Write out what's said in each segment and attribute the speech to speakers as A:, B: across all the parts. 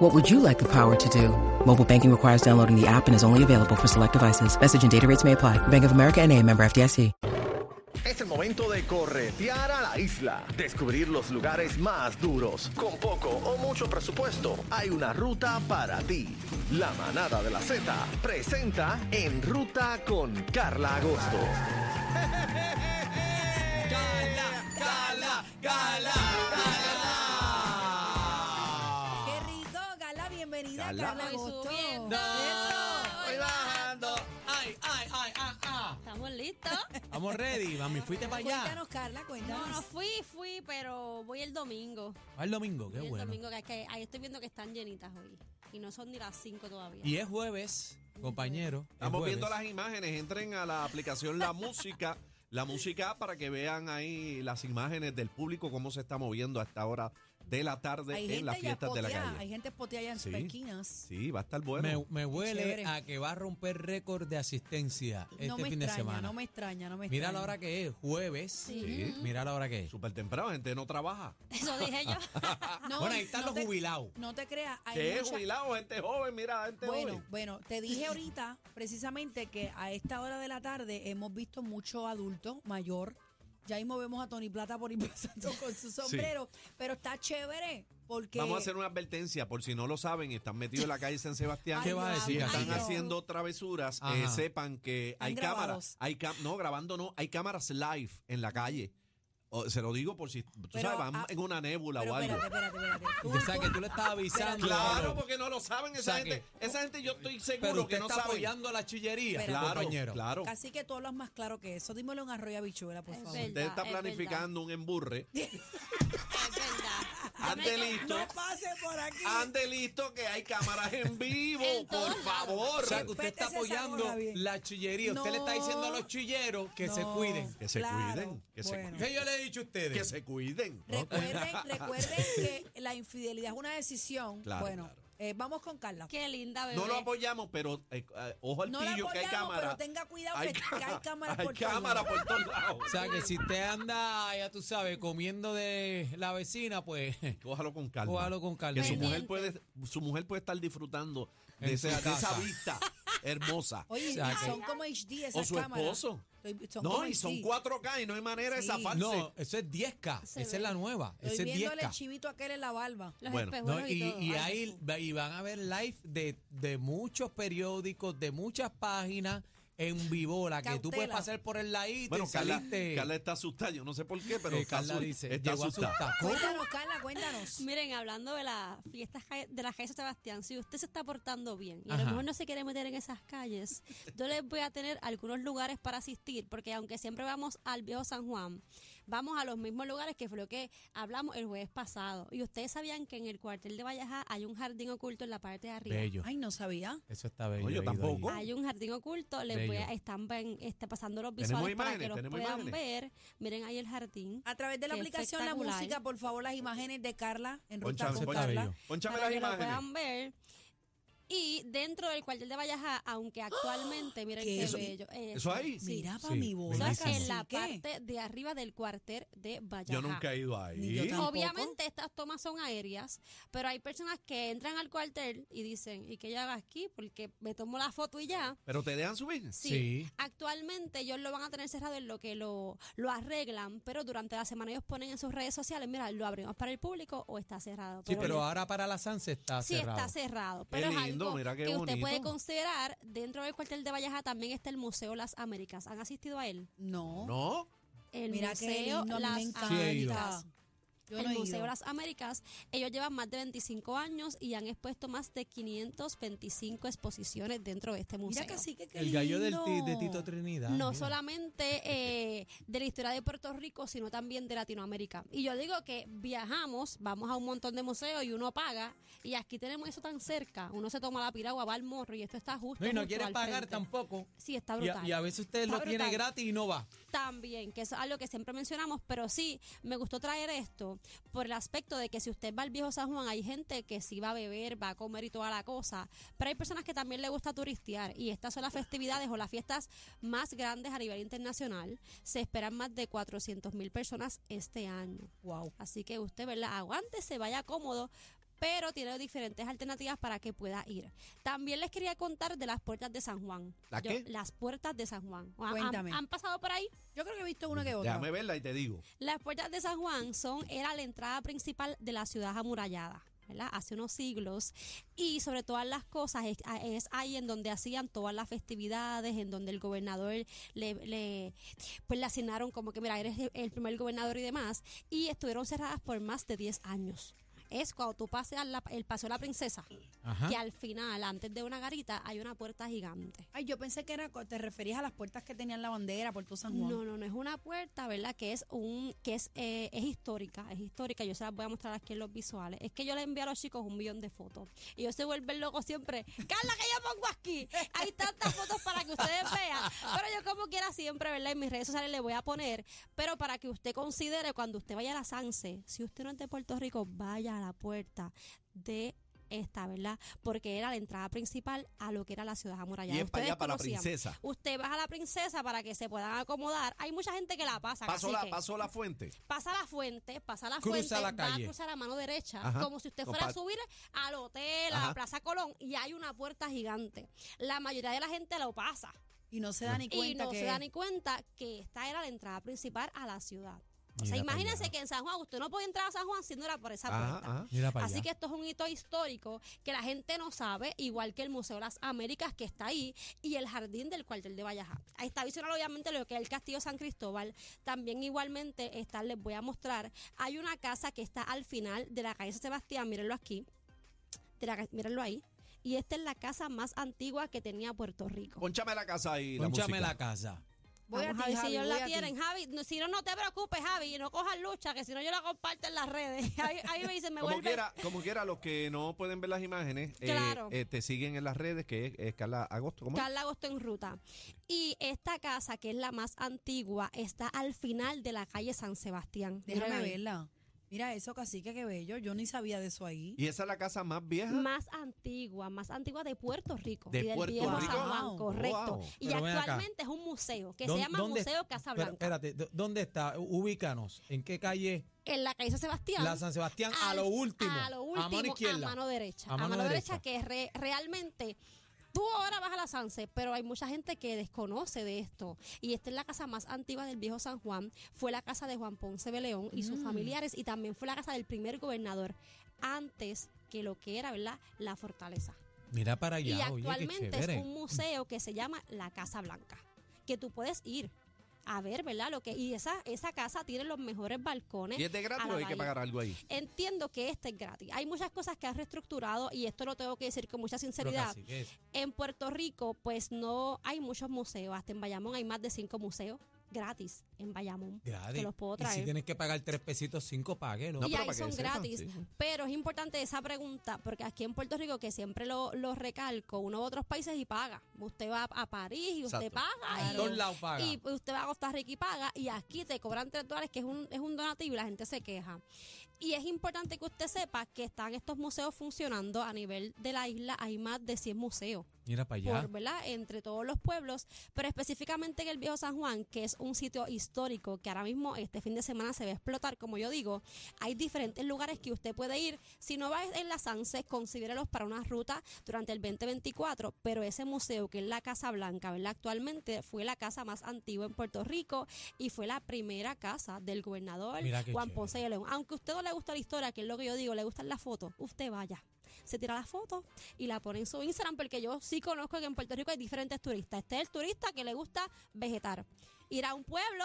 A: What would you like the power to do? Mobile banking requires downloading the app and is only available for select devices. Message and data rates may apply. Bank of America and a member FDIC.
B: Es el momento de corretear a la isla, descubrir los lugares más duros. Con poco o mucho presupuesto, hay una ruta para ti. La manada de la Z presenta En Ruta con Carla Agosto.
C: ¡Qué rico! Gala, bienvenida.
D: Gala.
C: Carla
D: Voy
C: Agosto.
D: subiendo.
C: Eso.
D: Voy bajando. Ay, ay, ay, ay, ah.
E: Estamos listos.
D: Vamos ready, mami. Fuiste para allá.
C: Cuéntanos, Carla,
E: No, no
C: cuéntanos.
E: fui, fui, pero voy el domingo.
D: Va el domingo, qué
E: Voy el
D: bueno.
E: domingo, que, es que ahí estoy viendo que están llenitas hoy. Y no son ni las 5 todavía.
D: Y es jueves, compañero. es
F: Estamos viendo
D: jueves.
F: las imágenes, entren a la aplicación La Música, La Música para que vean ahí las imágenes del público, cómo se está moviendo a esta hora de la tarde
C: Hay
F: en las
C: gente ya
F: fiestas de la
C: potea,
F: calle.
C: hay gente potea allá en sus
F: Sí.
C: esquinas.
F: Sí, va a estar bueno.
D: Me, me huele
C: chévere.
D: a que va a romper récord de asistencia este
C: no me
D: fin
C: extraña,
D: de semana.
C: no me extraña, no me extraña.
D: Mira la hora que es, jueves.
F: Sí.
D: Mira la hora que es.
F: Súper temprano, gente no trabaja.
E: Eso dije yo.
C: Ah, No,
D: bueno, ahí están
C: no
D: los
C: te-
D: jubilados.
C: No te creas, hay
F: Que es
C: mucha-
F: jubilado, gente joven, mira, gente
C: Bueno,
F: joven.
C: bueno, te dije ahorita precisamente que a esta hora de la tarde hemos visto mucho adulto mayor. Ya mismo vemos a Tony Plata por ir pasando con su sombrero, pero está chévere porque
F: Vamos a hacer una advertencia, por si no lo saben y están metidos en la calle San Sebastián.
D: ¿Qué va a decir?
F: Si
D: Ay,
F: están
D: no.
F: haciendo travesuras, eh,
D: Ajá.
F: sepan que hay
C: Están
F: cámaras,
C: grabados.
F: hay cam- no grabando no, hay cámaras live en la calle. O- se lo digo por si tú
C: Pero,
F: sabes, van
C: ah,
F: en una nébula
C: Pero
F: o algo.
C: espérate, espérate, espérate. Tú-
D: Y tú sabes que tú le estás avisando.
F: Claro, porque no lo saben esa
D: Saque.
F: gente. Esa gente yo estoy seguro
D: Pero usted
F: que no
D: está
F: sabe.
D: apoyando a la chillería,
C: Espera.
F: Claro,
D: compañero.
F: claro.
C: Casi que tú hablas más claro que eso. Dímelo en arroyo habichuela, por
E: Es
C: favor.
E: verdad.
F: Usted está
E: es verdad.
F: planificando un emburre.
E: Es verdad.
F: Ande listo,
C: No pase por aquí.
F: ande listo que hay cámaras en vivo,
E: En
F: por
E: todos
F: favor.
D: O sea, que usted
C: Respete
D: está
C: esa gorra,
D: apoyando
C: bien.
D: la chillería. Usted le está diciendo a
C: No.
D: los chilleros que se
C: No.
D: cuiden.
F: Que se
C: Claro,
F: cuiden, que se
C: bueno.
F: cuiden.
D: ¿Qué yo le he dicho a ustedes?
F: Que se cuiden.
C: Recuerden, recuerden que la infidelidad es una decisión.
F: Claro,
C: bueno,
F: claro.
C: eh, vamos con Carla.
E: Qué linda bebé.
F: No lo apoyamos, pero eh, eh, ojo al
C: No la
F: pillo que hay
C: apoyamos,
F: cámaras.
C: pero tenga cuidado que- que hay cámaras
F: hay
C: por todos
F: cámaras
C: lados.
F: por todos lados.
D: O sea, que si usted anda, ya tú sabes, comiendo de la vecina, pues
F: Cójalo con calma.
D: Cójalo con calma.
F: Que su mujer
E: Pendiente.
F: puede, su mujer puede estar disfrutando
D: En
F: de, ese-
D: su
F: de esa
D: casa.
F: vista hermosa.
C: Oye, y
D: Exacto.
C: son como HD esas
F: o su
C: cámaras.
F: esposo.
C: Estoy- son
F: no,
C: como
F: y son
C: HD.
F: 4K y no hay manera de
C: Sí.
F: zafarse.
D: no, eso es 10K,
E: Se
D: esa
E: ve.
D: es la nueva, esa
C: Estoy
D: es
C: viéndole el
D: 10K.
C: chivito aquel en la barba.
E: Los
F: Bueno,
D: No,
E: espejuelos
D: y,
E: todo.
D: y
E: Ay,
D: ahí
E: Jesús.
D: va- y van a ver live de, de muchos periódicos, de muchas páginas en vivola, que tú puedes
C: Cautela.
D: pasar por el ladito
F: Bueno,
D: y
F: Carla,
D: saliste.
F: Carla está asustada, yo no sé por qué, pero
D: Eh,
F: está
D: Carla
F: asu-
D: dice,
F: está
D: llegó
F: asustada.
D: asustada.
C: Cuéntanos, Carla, cuéntanos.
E: Miren, hablando de las fiestas ca- de la calle San Sebastián, si usted se está portando bien y a lo
D: Ajá.
E: mejor no se quiere meter en esas calles, yo les voy a tener algunos lugares para asistir, porque aunque siempre vamos al viejo San Juan, vamos a los mismos lugares que fue lo que hablamos el jueves pasado. Y ustedes sabían que en el cuartel de Vallajá hay un jardín oculto en la parte de arriba. Oh.
D: Bello,
C: Ay, no sabía.
D: eso está bello.
F: No, yo
D: he ido
F: tampoco.
D: allí.
E: Hay un jardín oculto, les voy a,
D: Bello.
E: están ven- este, pasando los
F: Tenemos
E: visuales para
F: imágenes,
E: que los
F: tenemos
E: puedan
F: imágenes.
E: ver. Miren ahí el jardín.
C: A través de la
E: Qué
C: aplicación La
E: espectacular.
C: Música, por favor, las imágenes de Carla en Ruta
F: Ponchame,
D: Eso
C: con
D: está
F: ponchame,
C: Carla.
D: bello.
F: ponchame
E: para
F: las
E: que lo
F: imágenes.
E: puedan ver. Y dentro del cuartel de Vallajá, aunque actualmente, miren
C: ¿Qué?
E: qué
C: Eso-
E: bello. eh,
F: ¿Eso ahí?
C: Mira para
D: Sí,
C: mi
E: eso
C: bola.
E: es
D: bellísimo.
E: en la
C: cacique.
E: parte de arriba del cuartel de Vallajá.
F: Yo nunca he ido
C: Ni yo
F: ahí.
C: tampoco.
E: Obviamente estas tomas son aéreas, pero hay personas que entran al cuartel y dicen, ¿y qué yo hago aquí? Porque me tomo la foto y ya.
F: Pero te dejan subir.
E: Sí.
D: Sí.
E: Actualmente ellos lo van a tener cerrado en lo que lo, lo arreglan, pero durante la semana ellos ponen en sus redes sociales, mira, lo abrimos para el público o está cerrado.
D: Sí, pero ahora para la Sanse está
E: Sí,
D: cerrado.
E: está cerrado.
F: Qué
E: Pero es
F: lindo,
E: algo
F: mira qué
E: que usted puede
F: bonito.
E: considerar. Dentro del cuartel de Vallaja también está el Museo Las Américas. ¿Han asistido a él?
C: No.
F: No.
E: El
C: Mira qué lindo,
E: Museo
C: a mí me
E: Las
C: encanta.
D: Sí, he ido.
E: Américas.
C: Yo
E: el
C: no he
E: Museo
C: ido.
E: Las Américas, ellos llevan más de 25 años y han expuesto más de 525 exposiciones dentro de este museo.
C: Mira cacique, qué
D: El gallo del ti- de
C: lindo.
D: Tito Trinidad.
E: no
D: mira.
E: solamente eh, de la historia de Puerto Rico, sino también de Latinoamérica. Y yo digo que viajamos, vamos a un montón de museos y uno paga, y aquí tenemos eso tan cerca. Uno se toma la piragua, va al morro, y esto está justo.
D: No, y no
E: junto
D: quiere
E: al
D: pagar
E: frente.
D: tampoco.
E: Sí, está
D: Y a,
E: brutal.
D: y a veces usted
E: Está
D: lo tiene
E: brutal.
D: gratis y no va.
E: También, que eso es algo que siempre mencionamos, pero sí, me gustó traer esto por el aspecto de que si usted va al viejo San Juan, hay gente que sí va a beber, va a comer y toda la cosa, pero hay personas que también le gusta turistear y estas son las festividades o las fiestas más grandes a nivel internacional. Se esperan más de 400 mil personas este año.
C: Wow.
E: Así que usted, ¿verdad? Aguante, se vaya cómodo, pero tiene diferentes alternativas para que pueda ir. También les quería contar de las puertas de San Juan.
F: ¿La qué?
E: las puertas de San Juan. ¿Han-
C: Cuéntame.
E: ¿Han, pasado por ahí?
C: Yo creo que he visto una que otra.
F: Déjame verla y te digo.
E: Las puertas de San Juan son, era la entrada principal de la ciudad amurallada. ¿verdad? hace unos siglos y sobre todas las cosas es, a- es ahí en donde hacían todas las festividades en donde el gobernador le, le- pues le asignaron como que mira eres el primer gobernador y demás y estuvieron cerradas por más de 10 años es cuando tú paseas la- el paseo de la princesa
D: Ajá.
E: que al final antes de una garita hay una puerta gigante
C: Ay, yo pensé que era, co- te referías a las puertas que tenían la bandera por todo San Juan.
E: No, no, no es una puerta, ¿verdad? Que es un, que es, eh, es histórica, es histórica. Yo se las voy a mostrar aquí en los visuales. Es que yo le envío a los chicos un millón de fotos. Y ellos se vuelven locos siempre. ¡Carla, que yo pongo aquí! Hay tantas fotos para que ustedes vean. Pero yo como quiera siempre, ¿verdad? En mis redes sociales le voy a poner. Pero para que usted considere cuando usted vaya a la Sanse, si usted no es de Puerto Rico, vaya a la puerta de esta, ¿verdad? Porque era la entrada principal a lo que era la ciudad amurallada.
F: Bien para
E: Ustedes
F: allá, para la
E: conocían-
F: princesa.
E: Usted baja a la princesa para que se puedan acomodar. Hay mucha gente que la pasa.
F: Pasó la,
E: cacique.
F: pasó la fuente.
E: Pasa la fuente, pasa la
D: Cruza
E: fuente,
D: la
E: va a
D: calle.
E: cruzar a mano derecha,
F: Ajá.
E: como si usted
F: No,
E: fuera a
F: pa-
E: subir al hotel, a
F: Ajá.
E: la Plaza Colón, y hay una puerta gigante. La mayoría de la gente lo pasa
C: Y no se da ni
E: y
C: cuenta
E: no
C: que...
E: se da ni cuenta que esta era la entrada principal a la ciudad. O sea,
D: Mira pa'
E: imagínense
D: allá.
E: que en San Juan usted no podía entrar a San Juan si no era por esa
F: Ajá,
E: puerta.
F: ajá.
D: Mira para
E: Así
D: allá.
E: que esto es un hito histórico que la gente no sabe, igual que el Museo de las Américas que está ahí y el jardín del cuartel de Valleja. Ahí está visionado obviamente lo que es el Castillo San Cristóbal. También igualmente está, les voy a mostrar, hay una casa que está al final de la calle San Sebastián, mírenlo aquí, de la ca- mírenlo ahí. Y esta es la casa más antigua que tenía Puerto Rico.
F: Ponchame la casa y la
D: Pónchame
F: música.
D: la casa.
C: Voy
E: Vamos
C: a
E: a
C: ti,
E: ver si
C: Javi,
E: ellos
C: voy a
E: la
C: ti.
E: tienen, Javi. no- si no, no te preocupes, Javi, y no cojas lucha, que si no yo la comparto en las redes. Ahí, ahí me dicen, me
F: Como
E: vuelve.
F: quiera, como quiera, los que no pueden ver las imágenes, eh,
E: Claro.
F: eh, te siguen en las redes, que es, es Carla Agosto. ¿cómo es?
E: Carla Agosto en ruta. Y esta casa, que es la más antigua, está al final de la calle San Sebastián.
C: Déjame
E: Miren ahí.
C: verla. Mira eso, cacique, qué bello. Yo ni sabía de eso ahí.
F: Y esa es la casa más vieja.
E: Más antigua, más antigua de Puerto Rico.
F: ¿De
E: y del
F: Puerto
E: viejo
C: Rico?
E: San Juan,
C: Wow.
E: correcto.
F: Wow.
E: Y
D: Pero ven acá.
E: actualmente es un museo que se
D: ¿Dó-
E: llama
D: dónde-
E: Museo Casa Blanca.
D: Espera- Espérate, ¿dó- ¿dónde está? U- Ubícanos. ¿En qué calle?
E: En la calle San Sebastián.
D: La San Sebastián, a
E: al-
D: lo último.
E: A lo último,
D: A mano izquierda.
E: a mano derecha.
D: A mano derecha.
E: que es re- realmente. Tú ahora vas a la Sanse, pero hay mucha gente que desconoce de esto. Y esta es la casa más antigua del viejo San Juan. Fue la casa de Juan Ponce de León y
D: Mm.
E: sus familiares. Y también fue la casa del primer gobernador antes que lo que era, ¿verdad? La fortaleza.
D: Mira para allá.
E: y
D: oye, qué
E: actualmente
D: chévere.
E: es un museo que se llama la Casa Blanca. Que tú puedes ir a ver, ¿verdad? Lo que, y esa, esa casa tiene los mejores balcones.
F: ¿Y es de
E: a
F: gratis
E: la
F: o hay que
E: bahía.
F: pagar algo ahí?
E: Entiendo que este es gratis. Hay muchas cosas que han reestructurado y esto lo tengo que decir con mucha
D: Pero
E: sinceridad.
D: casi que es.
E: En Puerto Rico, pues no hay muchos museos. Hasta en Bayamón hay más de cinco museos gratis en Bayamón.
D: Gratis.
E: Que los puedo
D: Y si
E: traer.
D: tienes que pagar tres pesitos, cinco, páguelo.
F: No,
E: y
F: pero
E: ahí
F: para que
E: son
F: sepan,
E: gratis.
F: sí.
E: Pero es importante esa pregunta, porque aquí en Puerto Rico, que siempre lo, lo recalco, uno va a otros países y paga. Usted va a París y usted
F: Exacto.
E: paga.
D: A
E: y-
D: todos lados paga.
E: Y usted va a Costa Rica y paga, y aquí te cobran 3 dólares, que es un, es un donativo, y la gente se queja. Y es importante que usted sepa que están estos museos funcionando a nivel de la isla. Hay más de 100 museos,
D: Mira para allá.
E: por, ¿verdad? Entre todos los pueblos, pero específicamente en el Viejo San Juan, que es un sitio histórico que ahora mismo este fin de semana se va a explotar, como yo digo. Hay diferentes lugares que usted puede ir. Si no va en la Sanse, considéralos para una ruta durante el 2024, pero ese museo que es la Casa Blanca, ¿verdad? Actualmente fue la casa más antigua en Puerto Rico y fue la primera casa del gobernador
D: Mira qué
E: Juan
D: chévere.
E: Ponce de León. Aunque a usted no le gusta la historia, que es lo que yo digo, le gustan las fotos, usted vaya. Se tira la foto y la pone en su Instagram porque yo sí conozco que en Puerto Rico hay diferentes turistas. Este es el turista que le gusta vegetar, ir a un pueblo,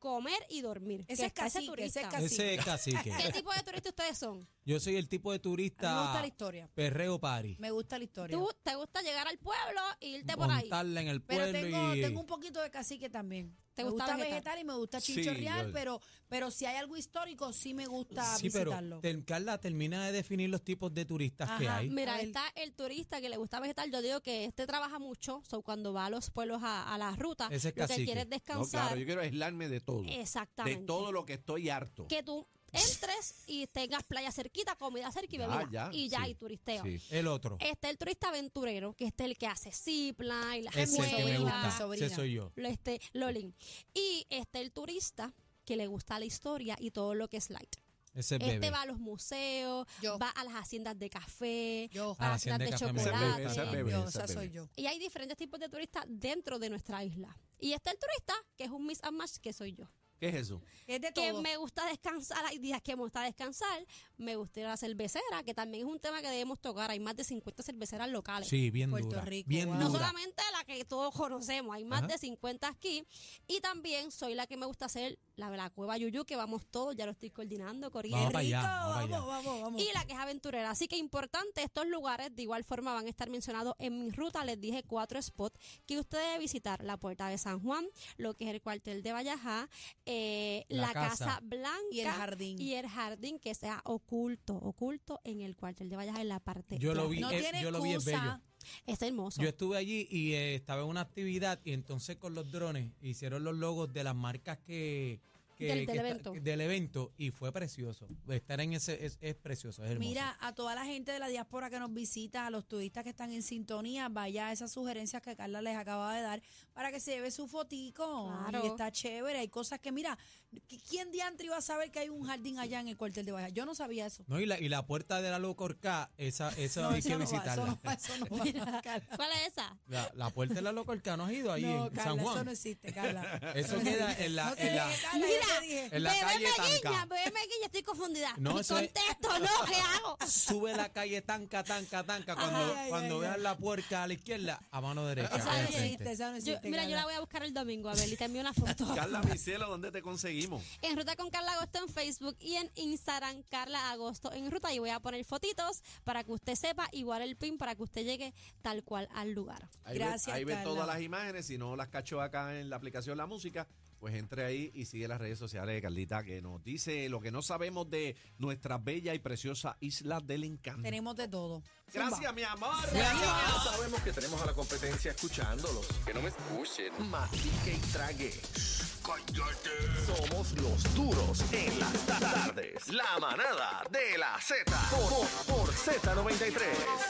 E: comer y dormir.
C: Ese
E: que
C: es
E: está
C: cacique, ese es cacique.
D: Ese es cacique.
E: ¿Qué tipo de turista ustedes son?
D: Yo soy el tipo
C: A
D: de
C: mí me gusta
D: turista
C: la historia.
D: perreo party.
C: Me gusta la historia.
E: Tú te gusta llegar al pueblo e irte por ahí.
D: Montarla en el
C: Pero
D: pueblo
C: tengo,
D: y
C: tengo un poquito de cacique también.
E: ¿Te
C: me
E: gusta
C: gusta
E: vegetar?
C: vegetar y me gusta
F: Sí,
C: chinchorrear,
F: yo-
C: pero, pero si hay algo histórico, sí me gusta
D: Sí, pero
C: visitarlo.
D: ten- Carla termina de definir los tipos de turistas que
C: Ajá.
D: hay.
E: Mira,
C: Ay.
E: está el turista que le gusta vegetar. Yo digo que este trabaja mucho. So, cuando va a los pueblos a, a las rutas,
D: Ese es
E: lo que
D: cacique.
E: quieres
F: No,
E: descansar.
F: claro, yo quiero aislarme de todo.
E: Exactamente.
F: De todo lo que estoy harto.
E: Que tú entres y tengas playa cerquita, comida cerca y
F: Ya,
E: bebida.
F: ya,
E: y ya,
F: sí,
E: y turisteo.
F: Sí.
D: El otro.
C: Eh,
E: Está el turista aventurero, que este es el que hace zipline, y las
D: Ese es el que me
C: buena,
E: escuelas,
D: gusta.
C: mi sobrina.
D: Ese soy yo.
E: lo este, Lolin. Y está el turista que le gusta la historia y todo lo que es light.
D: Ese es
E: Este
D: bebé.
E: va a los museos,
C: Yo.
E: va a las haciendas de café,
C: Yo.
E: va a
D: Ah,
E: las haciendas de,
D: hacienda de café me
F: Ese es
E: chocolate.
F: bebé, ese es bebé,
C: yo,
F: ese
C: esa
F: es
C: soy
F: bebé.
C: yo.
E: Y hay diferentes tipos de turistas dentro de nuestra isla. Y está el turista, que es un miss and match, que soy yo.
F: ¿Qué es eso?
C: Es de
E: Que
C: todo.
E: me gusta descansar, hay días que me gusta descansar, me gusta ir a la cervecera, que también es un tema que debemos tocar. Hay más de 50 cerveceras locales.
D: Sí, bien
C: Puerto
D: dura.
C: Rico,
D: bien
C: wow.
E: No
D: dura.
E: solamente la que todos conocemos, hay más
D: Ajá.
E: de 50 aquí. Y también soy la que me gusta hacer la de la cueva Yuyu, que vamos todos, ya lo estoy coordinando,
C: Qué
E: corriendo.
D: Vamos para allá,
C: rico,
D: vamos para
C: vamos,
D: allá.
C: vamos, vamos.
E: Y la que es aventurera. Así que importante, estos lugares de igual forma van a estar mencionados en mi ruta. Les dije cuatro spots que usted debe visitar. La Puerta de San Juan, lo que es el cuartel de Vallajá, eh, la,
D: La
E: casa.
D: casa.
E: Blanca
C: Y el jardín.
E: y el jardín que sea oculto, oculto en el cuartel de Vallajá, en la parte.
D: Yo
E: de
D: lo
E: arriba.
D: vi,
C: No
D: eh,
C: tiene
D: yo lo vi, es bello.
C: excusa.
E: Está hermoso.
D: Yo estuve allí y eh, estaba en una actividad y entonces con los drones hicieron los logos de las marcas que... que-
E: Del- del
D: que está-
E: evento.
D: del evento y fue precioso. Estar en ese es, es precioso, es hermoso.
C: Mira, a toda la gente de la diáspora que nos visita, a los turistas que están en sintonía, vaya a esas sugerencias que Carla les acaba de dar para que se lleve su fotico.
E: Claro.
C: Y está chévere. Hay cosas que, mira, ¿qu- ¿quién diantre iba a saber que hay un jardín allá en el cuartel de Baja? Yo no sabía eso.
D: No, y la, y la puerta de la Locorca, esa, esa
C: No,
D: hay
C: eso
D: que
C: no va, eso
D: visitarla.
C: no va, eso no va, Carla.
E: ¿Cuál es esa?
D: La, la puerta de la Locorca, ¿no has ido ahí
C: No,
D: en
C: Carla,
D: San
C: eso
D: Juan?
C: no existe, Carla.
D: Eso queda en la-
C: No te
D: en Ah, la-
C: dije, Carla, yo te
E: Mira,
C: dije.
D: En la
E: bebé
D: calle
E: Meguilla,
D: Tanca.
E: bebé Meguilla, estoy confundida.
D: No,
E: No,
D: eso es-
E: contesto, no, ¿qué hago?
D: Sube la calle tanca, tanca, tanca. Cuando,
C: Ay, ay,
D: cuando
C: ay,
D: veas la puerta a la izquierda, a mano derecha.
E: Esa no
D: ahí al frente.
C: existe, esa no
E: Yo-
C: existe.
E: mira, yo la
C: Carla.
E: voy a buscar el domingo, a ver, y te envío una foto.
F: Carla, mi cielo, ¿dónde te conseguimos?
E: En Ruta con Carla Agosto en Facebook y en Instagram, Carla Agosto en Ruta. Y voy a poner fotitos para que usted sepa, igual el pin, para que usted llegue tal cual al lugar.
F: Ahí
C: Gracias,
F: ve, ahí ve
C: Carla.
F: todas las imágenes, si no las cacho acá en la aplicación La Música, pues entre ahí y sigue las redes sociales de Carlita que nos dice lo que no sabemos de nuestra bella y preciosa isla del encanto.
C: Tenemos de todo.
F: Gracias, mi amor.
B: Sabemos que tenemos a la competencia escuchándolos.
G: Que no me escuchen.
B: Matique y trague. Somos los duros en las ta- tardes. La manada de la Z por, por- por Z93.